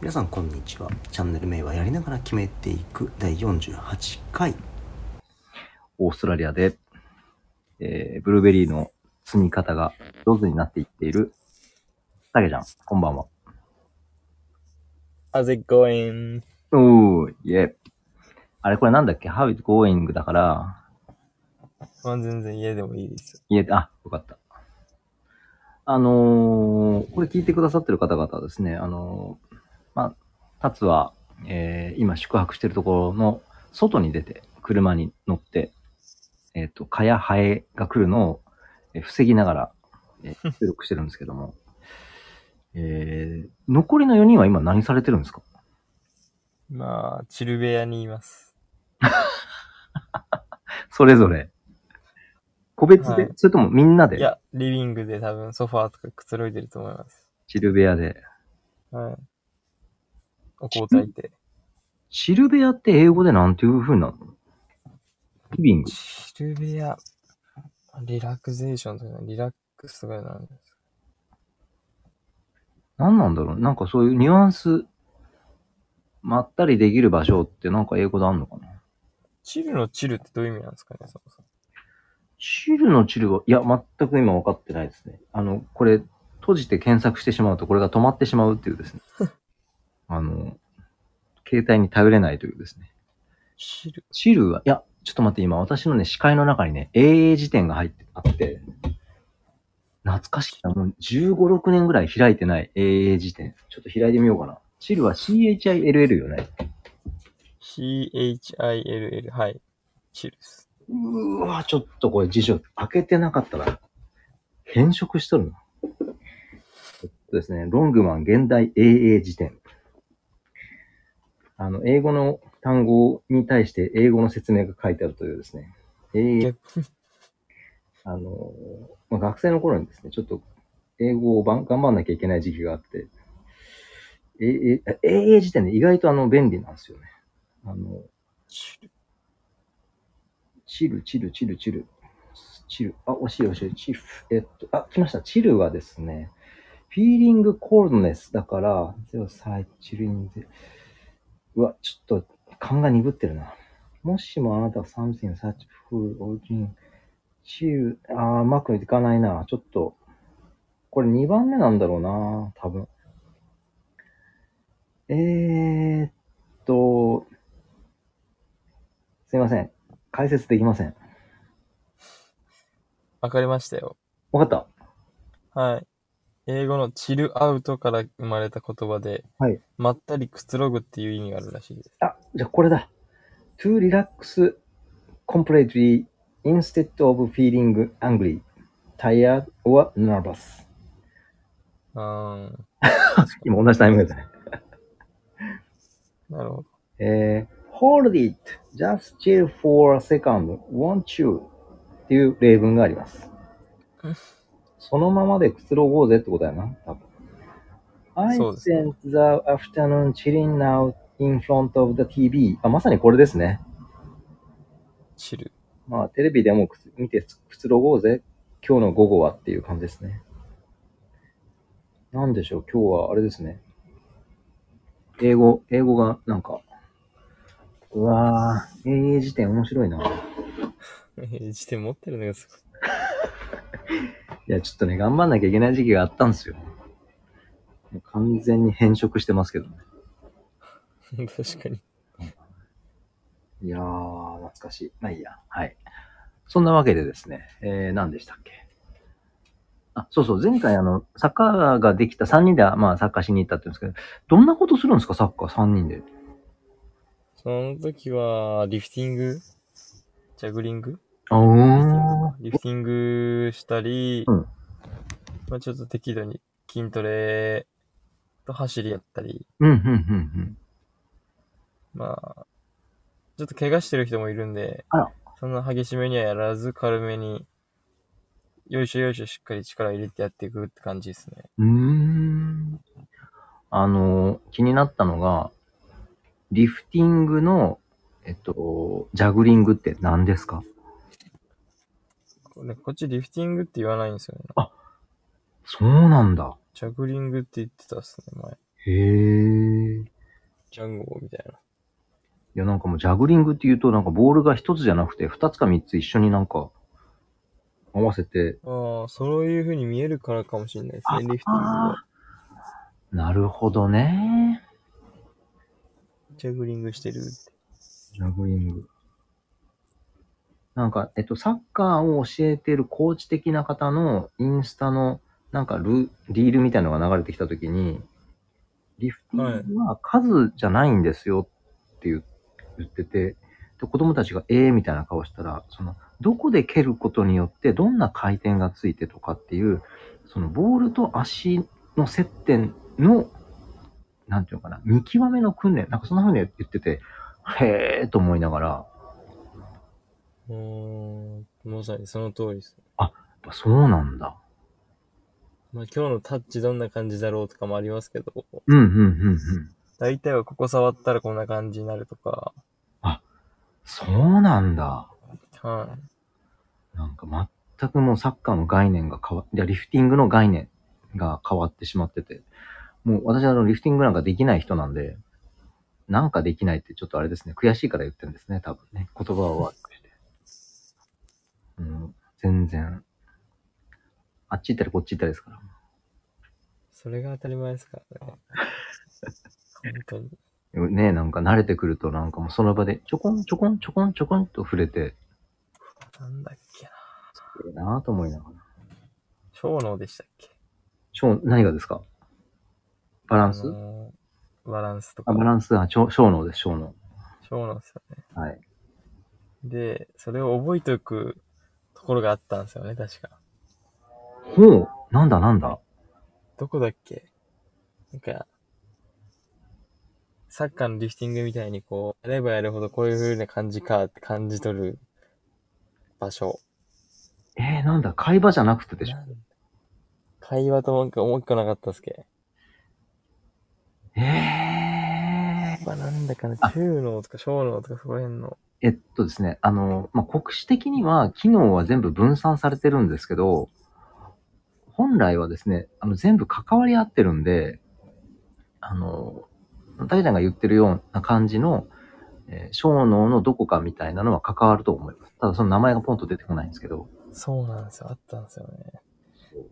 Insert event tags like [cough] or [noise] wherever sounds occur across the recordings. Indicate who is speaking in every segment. Speaker 1: 皆さんこんにちはチャンネル名はやりながら決めていく第48回オーストラリアで、えー、ブルーベリーの積み方が上手になっていっているたけちゃんこんばんは
Speaker 2: How's it going?
Speaker 1: おーいえあれこれなんだっけ How is going だから
Speaker 2: まあ全然家でもいいです。
Speaker 1: 言えた、あ、よかった。あのーこれ聞いてくださってる方々はですね、あのーまあ、タツは、えー今宿泊してるところの外に出て、車に乗って、えっ、と、蚊やハエが来るのを、えー防ぎながら、え
Speaker 2: [laughs]
Speaker 1: ー収録してるんですけども、えー残りの4人は今何されてるんですか
Speaker 2: まあ、チル部屋にいます。
Speaker 1: それぞれ。個別で、
Speaker 2: はい
Speaker 1: それともみんないで、
Speaker 2: や、リビングで多分ソファーとかくつろいでると思います。
Speaker 1: チル部屋で。
Speaker 2: はい。お交代で。
Speaker 1: チル部屋って英語でなんていう風なのリビング。
Speaker 2: チル部屋、リラクゼーションとかね、リラックスとかなんです。
Speaker 1: 何なんだろうなんかそういうニュアンス、まったりできる場所ってなんか英語であんのかな
Speaker 2: チルのチルってどういう意味なんですかね、そもそも。
Speaker 1: チルのチルは、いや、全く今分かってないですね。あの、これ、閉じて検索してしまうと、これが止まってしまうっていうですね。あの、携帯に頼れないというですね。
Speaker 2: チル
Speaker 1: チルは、いや、ちょっと待って、今私のね、視界の中にね、英英辞典が入ってあって、懐かしいな。もう15、6年ぐらい開いてない英英辞典。ちょっと開いてみようかな。チルは CHILL よね。
Speaker 2: ?C-H-I-L-L。はい。チルです。
Speaker 1: うーわ、ちょっとこれ辞書開けてなかったら、変色しとるな。えっとですね、ロングマン現代英英辞典。あの、英語の単語に対して英語の説明が書いてあるというですね。英英
Speaker 2: 逆
Speaker 1: あの、まあ、学生の頃にですね、ちょっと英語をばん頑張んなきゃいけない時期があって、英英あ英英辞典で意外とあの便利なんですよね。あの、
Speaker 2: チル。
Speaker 1: チル、チル、チル、チル。チル。あ、惜しい、惜しい。チル。えっと、あ、来ました。チルはですね、フィーリングコールネスだから、ゼロサイチルインゼ。うわ、ちょっと、勘が鈍ってるな。もしもあなたが something such fool or gin, チル、あー、うまくいかないな。ちょっと、これ2番目なんだろうな、多分。えーっと、すいません。解説できません。
Speaker 2: わかりましたよ。
Speaker 1: わかった。
Speaker 2: はい。英語のチルアウトから生まれた言葉で、
Speaker 1: はい
Speaker 2: まったりくつろぐっていう意味があるらしいです。
Speaker 1: あ、じゃあこれだ。to relax completely instead of feeling angry, tired or nervous.
Speaker 2: うーん。
Speaker 1: 今同じタイミングだね。
Speaker 2: なるほど。
Speaker 1: えー、hold it, just chill for a second, won't you? っていう例文があります
Speaker 2: うん。
Speaker 1: そのままでくつろごうぜってことだよな、多分。I
Speaker 2: そうですね
Speaker 1: spent the afternoon chilling out in front of the TV. あ、まさにこれですね。
Speaker 2: チル。
Speaker 1: まあ、テレビでもくつ見てくつろごうぜ。今日の午後はっていう感じですね。なんでしょう、今日はあれですね。英語、英語がなんか、うわぁ、英英辞典面白いな。
Speaker 2: 辞典持ってるのがすごい。
Speaker 1: いや、ちょっとね、頑張んなきゃいけない時期があったんですよ。もう完全に変色してますけどね。
Speaker 2: [laughs] 確かに。
Speaker 1: いやー、懐かしい。まあいいや。はい。そんなわけでですね、えー、何でしたっけあ、そうそう、前回あの、サッカーができた3人で、まあサッカーしに行ったって言うんですけど、どんなことするんですか、サッカー3人で。
Speaker 2: その時は、リフティングジャグリング
Speaker 1: あー。
Speaker 2: リフティングしたり、
Speaker 1: うん
Speaker 2: まあちょっと適度に筋トレと走りやったり、
Speaker 1: うん、うん、うん、うん。
Speaker 2: まあ、ちょっと怪我してる人もいるんで
Speaker 1: あら、
Speaker 2: そんな激しめにはやらず、軽めに、よいしょよいしょしっかり力入れてやっていくって感じですね。
Speaker 1: うーん。あの、気になったのが、リフティングの、えっと、ジャグリングって何ですか
Speaker 2: これこっちリフティングって言わないんですよね。
Speaker 1: そうなんだ。
Speaker 2: ジャグリングって言ってたっすね、前。
Speaker 1: へー。
Speaker 2: ジャンゴみたいな。
Speaker 1: いや、なんかもうジャグリングって言うと、なんかボールが一つじゃなくて、二つか三つ一緒になんか、合わせて、
Speaker 2: ああ、そういう風に見えるからかもしれないです
Speaker 1: あ
Speaker 2: ね、リフティングは。
Speaker 1: なるほどね。
Speaker 2: ジャグリングしてるって。
Speaker 1: ジャグリング。なんか、えっと、サッカーを教えてるコーチ的な方のインスタの、なんかル、リールみたいのが流れてきたときに、リフティングは数じゃないんですよって言う言ってて、で子供たちがええー、みたいな顔したら、その、どこで蹴ることによってどんな回転がついてとかっていう、そのボールと足の接点の、なんていうのかな、見極めの訓練、なんかそんな風に言ってて、へえーと思いながら、やっ
Speaker 2: うーん、まさにその通りです。
Speaker 1: ぱそうなんだ。
Speaker 2: まあ今日のタッチどんな感じだろうとかもありますけど、
Speaker 1: うんうんうんうん。
Speaker 2: 大体はここ触ったらこんな感じになるとか、
Speaker 1: そうなんだ。
Speaker 2: は
Speaker 1: なんか全くもうサッカーの概念が変わいや、リフティングの概念が変わってしまってて、もう私はあのリフティングなんかできない人なんで、なんかできないってちょっとあれですね、悔しいから言ってるんですね、多分ね。言葉を悪くして。うん、全然。あっち行ったりこっち行ったりですから。
Speaker 2: い。それが当たり前ですからね。本当に。
Speaker 1: ね、なんか慣れてくるとなんかもうその場でちょこんちょこんちょこんちょこんと触れて、
Speaker 2: なんだっけな。
Speaker 1: いいなぁと思いながら。
Speaker 2: 小脳でしたっけ
Speaker 1: 小、何がですかバランス
Speaker 2: あのーバランスとか
Speaker 1: あ、。バランスは小小脳です、小脳。
Speaker 2: 小脳ですよね。
Speaker 1: はい。
Speaker 2: で、それを覚えておくところがあったんですよね、確か。
Speaker 1: ほう、なんだなんだ。
Speaker 2: どこだっけなんか、サッカーのリフティングみたいにこう、やればやるほどこういう風な感じかって感じ取る場所。
Speaker 1: えー、なんだ、会話じゃなくてでしょ。
Speaker 2: なん会話となんか思いっこなかったっすけ
Speaker 1: えー、
Speaker 2: まあなんだかな、
Speaker 1: あ
Speaker 2: 中脳とか小脳とかそこら辺の。
Speaker 1: えっとですね、あの、まあ、国史的には機能は全部分散されてるんですけど、本来はですね、あの全部関わり合ってるんで、あの、大ちゃんが言ってるような感じの、えー小脳のどこかみたいなのは関わると思います。ただその名前がポンと出てこないんですけど、
Speaker 2: そうなんですよ、あったんですよね。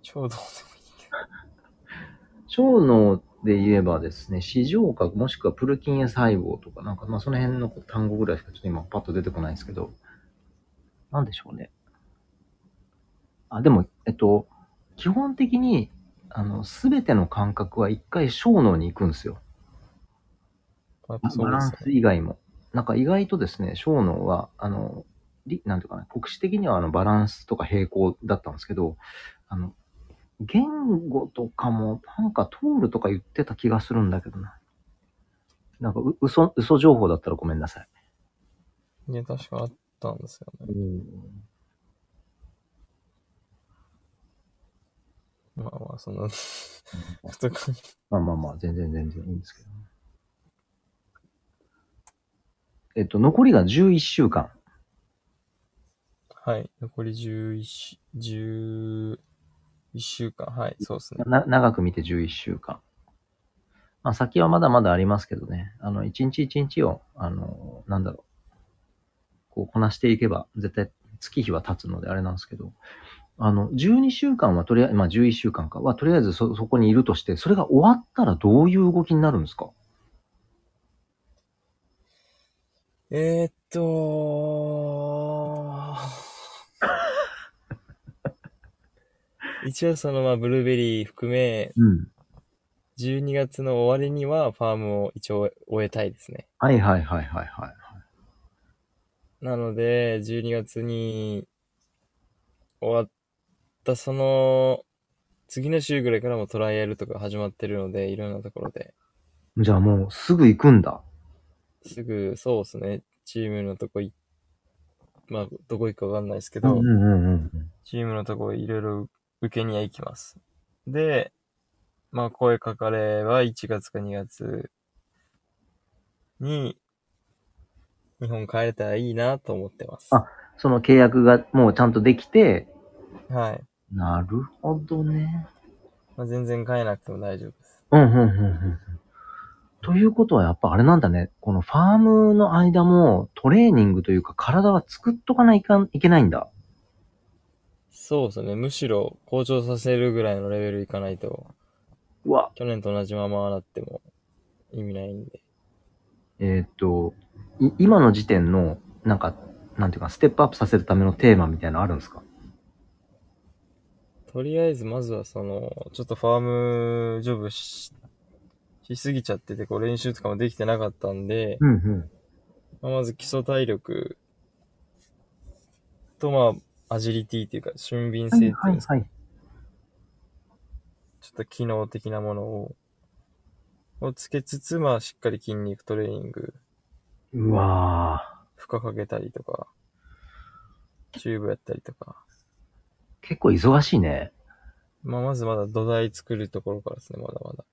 Speaker 2: ちょうどうでもいいけど。
Speaker 1: 小脳で言えばですね、視上核もしくはプルキンエ細胞とか、なんかまあその辺の単語ぐらいしかちょっと今パッと出てこないんですけど、なんでしょうね。あ、でも、えっと、基本的に、あの、すべての感覚は一回小脳に行くんですよ。
Speaker 2: まあ、やっぱそ
Speaker 1: バ
Speaker 2: うで
Speaker 1: ラン
Speaker 2: す
Speaker 1: ス
Speaker 2: ね。
Speaker 1: 以外も。なんか意外とですね、小脳は、あの、りなんていうかな、国史的にはあのバランスとか平行だったんですけど、あの、言語とかもなんか通るとか言ってた気がするんだけどな。なんかう嘘、嘘情報だったらごめんなさい。
Speaker 2: いや、確かあったんですよね。まあまあ、そ [laughs] の、ふと考え
Speaker 1: まあまあまあ、全然全然いいんですけど。えっと、残りが11週間。
Speaker 2: はい。残り11し、11週間。はい。そうですね。
Speaker 1: な長く見て11週間。まあ先はまだまだありますけどね。あの、一日一日を、あの、なんだろう。こう、こなしていけば、絶対月日は経つのであれなんですけど、あの、12週間はとりあえず、まあ11週間かは、とりあえずそ、そこにいるとして、それが終わったらどういう動きになるんですか
Speaker 2: えー、っと、 [laughs] 一応その、まあ、ブルーベリー含め、
Speaker 1: うん。
Speaker 2: 12月の終わりにはファームを一応終えたいですね。
Speaker 1: はいはいはいはいはい。
Speaker 2: なので、12月に終わったその、次の週ぐらいからもトライアルとか始まってるので、いろんなところで。
Speaker 1: じゃあもうすぐ行くんだ。
Speaker 2: すぐ、そうですね、チームのとこい、まあ、どこ行くかわかんないですけ
Speaker 1: う
Speaker 2: ど、
Speaker 1: んうん。
Speaker 2: チームのとこいろいろ受けには行きます。で、まあ、声かかれば1月か2月に、日本帰れたらいいなと思ってます。
Speaker 1: あその契約がもうちゃんとできて、
Speaker 2: はい。
Speaker 1: なるほどね。
Speaker 2: まあ、全然帰らなくても大丈夫です。
Speaker 1: うんうんうんうん。ということはやっぱあれなんだね。このファームの間もトレーニングというか体は作っとかないかんいけないんだ。
Speaker 2: そうですね。むしろ向上させるぐらいのレベルいかないと、
Speaker 1: うわ。
Speaker 2: 去年と同じままなっても意味ないんで。
Speaker 1: えーっと、い今の時点の、なんか、なんていうか、ステップアップさせるためのテーマみたいなのあるんですか
Speaker 2: とりあえず、まずはその、ちょっとファームジョブし、しすぎちゃってて、こう練習とかもできてなかったんで、
Speaker 1: うんうん。
Speaker 2: まあまず基礎体力と、まあ、アジリティっていうか、俊敏性
Speaker 1: は
Speaker 2: ってい
Speaker 1: い
Speaker 2: うんですか、
Speaker 1: はいはい。
Speaker 2: ちょっと機能的なものを、をつけつつ、まあ、しっかり筋肉トレーニング、
Speaker 1: うわ
Speaker 2: 負荷かけたりとか、チューブやったりとか、
Speaker 1: ぁ。結構忙しいね。
Speaker 2: まあ、まずまだ土台作るところからですね、まだまだ。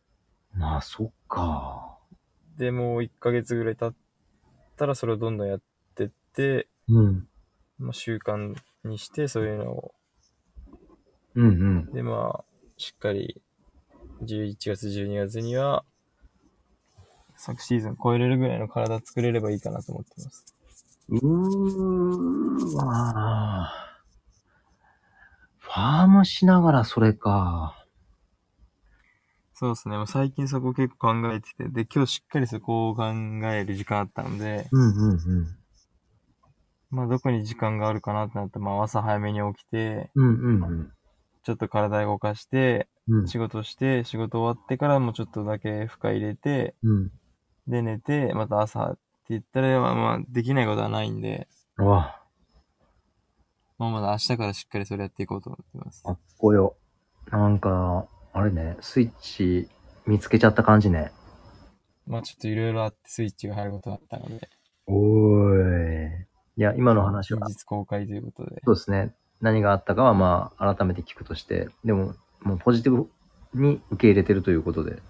Speaker 1: まあ、そっか。
Speaker 2: で、もう1ヶ月ぐらい経ったら、それをどんどんやってって、
Speaker 1: うん。
Speaker 2: まあ、習慣にして、そういうのを、
Speaker 1: うんうん。
Speaker 2: で、まあ、しっかり、11月、12月には、昨シーズン超えれるぐらいの体作れればいいかなと思ってます。
Speaker 1: うーわぁ。ファームしながらそれか。
Speaker 2: そうですね。もう最近そこ結構考えてて、で、今日しっかりそこを考える時間あったので、
Speaker 1: うんうんうん。
Speaker 2: まあどこに時間があるかなってなったら、まあ朝早めに起きて、
Speaker 1: うんうん
Speaker 2: ちょっと体動かして、
Speaker 1: うん。うん
Speaker 2: 仕事して、仕事終わってからもうちょっとだけ負荷入れて、
Speaker 1: うん。
Speaker 2: で寝て、また朝って言ったら、まあまあできないことはないんで、
Speaker 1: うわ
Speaker 2: まあまだ明日からしっかりそれやっていこうと思ってます
Speaker 1: ぁ、。かっこよ。なんか、あれね、スイッチ見つけちゃった感じね。
Speaker 2: まあちょっといろいろあってスイッチが入ることだったので、
Speaker 1: おーい。いや、今の話は
Speaker 2: 近、日公開ということで。
Speaker 1: そうですね。何があったかは、まあ、改めて聞くとして、でも、もうポジティブに受け入れてるということで。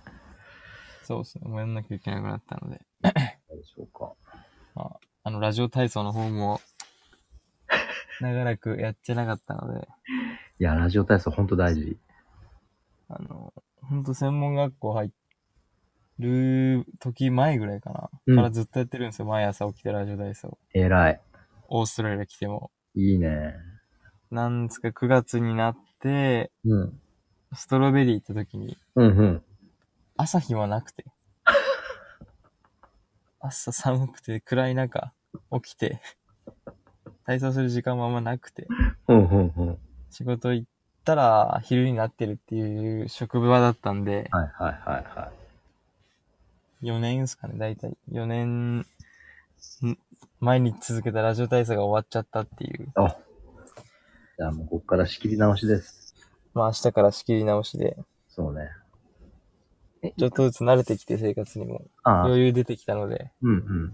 Speaker 2: そうですね。もうやんなきゃいけなくなったので。
Speaker 1: どうでしょうか。
Speaker 2: あの、ラジオ体操の
Speaker 1: [laughs]
Speaker 2: 方も、長らくやってなかったので、
Speaker 1: いや、ラジオ体操、ほんと大事。
Speaker 2: あの、ほんと専門学校入る時前ぐらいかな、
Speaker 1: うん
Speaker 2: からずっとやってるんですよ。毎朝起きてラジオ体操。
Speaker 1: 偉い。
Speaker 2: オーストラリア来ても。
Speaker 1: いいね。
Speaker 2: なんですか、9月になって、
Speaker 1: うん。
Speaker 2: ストロベリー行った時に、
Speaker 1: うんうん。
Speaker 2: 朝日はな
Speaker 1: [laughs]
Speaker 2: くて。朝寒くて暗い中、起きて、体操する時間もあんまなくて。
Speaker 1: うんうんうん。
Speaker 2: 仕事行ったら昼になってるっていう職場だったんで、
Speaker 1: はいはいはいは
Speaker 2: 4年ですかね、大体。4年、ん毎日続けたラジオ体操が終わっちゃったっていう。
Speaker 1: い。あじゃあもうこっから仕切り直しです。
Speaker 2: まあ明日から仕切り直しで、
Speaker 1: そうね。え
Speaker 2: ちょっとずつ慣れてきて生活にも
Speaker 1: ああ、うん
Speaker 2: 余裕出てきたので、
Speaker 1: うんうん。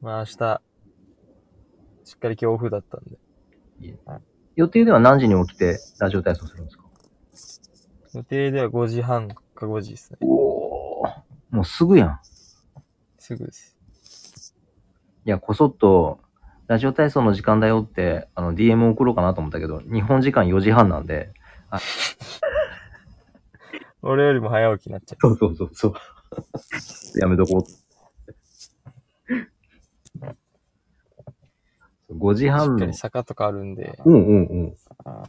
Speaker 2: まあ明日、しっかり今日オフだったんで、
Speaker 1: 予定では何時に起きてラジオ体操するんですか
Speaker 2: 予定では5時半か5時ですね。
Speaker 1: おお。もうすぐやん。
Speaker 2: すぐです。
Speaker 1: いや、こそっと、ラジオ体操の時間だよって、あの、DM 送ろうかなと思ったけど、日本時間4時半なんで。
Speaker 2: 俺よりも早起きになっちゃ
Speaker 1: そうそうそうそう。やめとこう。5時
Speaker 2: う。し
Speaker 1: 半
Speaker 2: っか
Speaker 1: の
Speaker 2: り。坂とかあるんで、
Speaker 1: うんうんうん。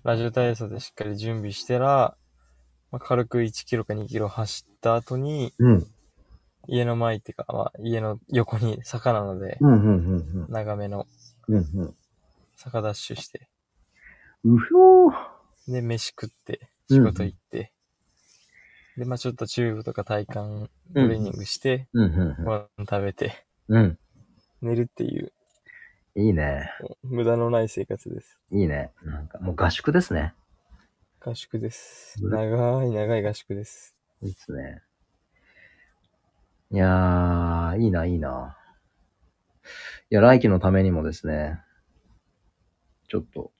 Speaker 2: ラジオ体操でしっかり準備してら、まあ、軽く1キロか2キロ走った後に、
Speaker 1: うん。
Speaker 2: 家の前っていうか、まあ、家の横に坂なので、
Speaker 1: うんうんうん
Speaker 2: 長めの
Speaker 1: うん。うん
Speaker 2: 坂ダッシュして、
Speaker 1: うん。うひょー。
Speaker 2: で、飯食って、
Speaker 1: うん
Speaker 2: 仕事行って、で、まあちょっとチューブとか体幹トレーニングして、
Speaker 1: うんうん
Speaker 2: ご飯食べて、
Speaker 1: うん。
Speaker 2: 寝るっていう、
Speaker 1: うん。いいね。
Speaker 2: 無駄のない生活です。
Speaker 1: いいね。なんか、もう合宿ですね。
Speaker 2: 合宿です。
Speaker 1: うん
Speaker 2: 長い長い合宿です。
Speaker 1: いいっすね。いやー、いいな、いいな。いや、来季のためにもですね、ちょっと、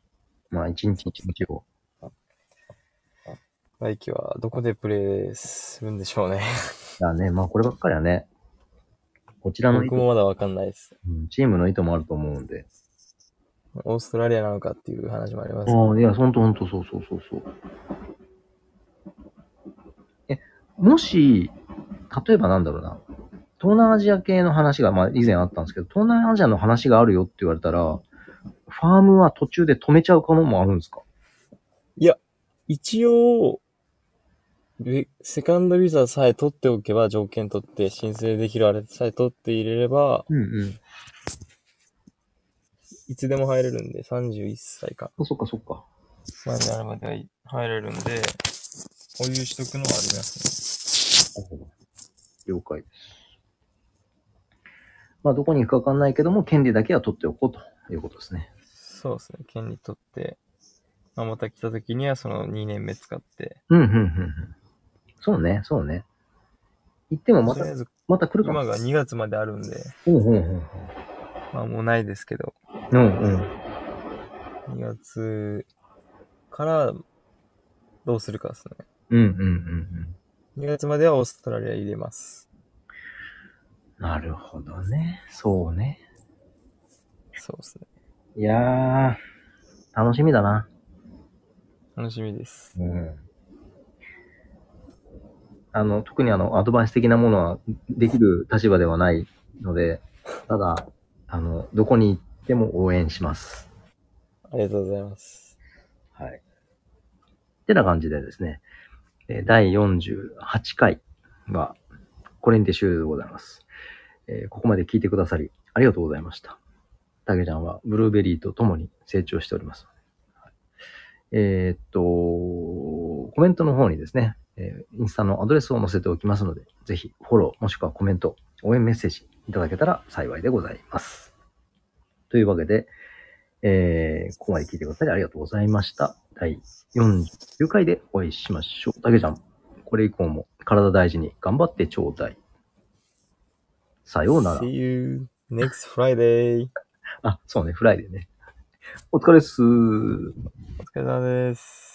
Speaker 1: まあ、一日一日を。
Speaker 2: 来季はどこでプレーするんでしょうね。
Speaker 1: だね、まあ、こればっかりはね、こちらの意図
Speaker 2: 僕もまだわかんないです。
Speaker 1: うんチームの意図もあると思うんで。
Speaker 2: オーストラリアなのかっていう話もあります。
Speaker 1: ああ、いや、ほんとほんと、そうそうそうそう。え、もし、例えばなんだろうな、東南アジア系の話が、まあ以前あったんですけど、東南アジアの話があるよって言われたら、ファームは途中で止めちゃう可能もあるんですか
Speaker 2: 一応、べセカンドビザさえ取っておけば、条件取って、申請できるあれさえ取って入れれば、
Speaker 1: うんうん。
Speaker 2: いつでも入れるんで、31歳か。
Speaker 1: そっかそっか。
Speaker 2: 前になるまではい入れるんで、保有しとくのはあります
Speaker 1: 了解です。まあどこに行くかわかんないけども、権利だけは取っておこうということですね。
Speaker 2: ね。そうですね。権利取って、まあ、また来た時にはその2年目使って、
Speaker 1: うんうんうんうん。そうね、そうね。行ってもま
Speaker 2: と
Speaker 1: た
Speaker 2: りあえ、ず
Speaker 1: また来るかも。
Speaker 2: 今が2月まであるんで、
Speaker 1: うんうんうん
Speaker 2: まあもうないですけど、
Speaker 1: うん。うんうん。
Speaker 2: 2月からどうするかですね。
Speaker 1: うんうんうんうん。
Speaker 2: 2月まではオーストラリア入れます。
Speaker 1: なるほどね。そうね。
Speaker 2: そうですね。
Speaker 1: いやー、楽しみだな。
Speaker 2: 楽しみです。
Speaker 1: うん。あの、特にあの、アドバイス的なものはできる立場ではないので、ただ、あの、どこに行っても応援します。
Speaker 2: ありがとうございます。
Speaker 1: はい。ってな感じでですね、えー第48回は、これにて終了でございます。えーここまで聞いてくださり、ありがとうございました。たけちゃんは、ブルーベリーと共に成長しております。はいえーっと、コメントの方にですね、えーインスタのアドレスを載せておきますので、ぜひフォロー、もしくはコメント、応援メッセージいただけたら幸いでございます。というわけで、えーここまで聞いてくださりありがとうございました。第49回でお会いしましょう。たけちゃん、これ以降も体大事に頑張ってちょうだい。さようなら
Speaker 2: See。you next Friday.
Speaker 1: あ、そうね、フライデーね。お疲れっす
Speaker 2: お疲れ様です。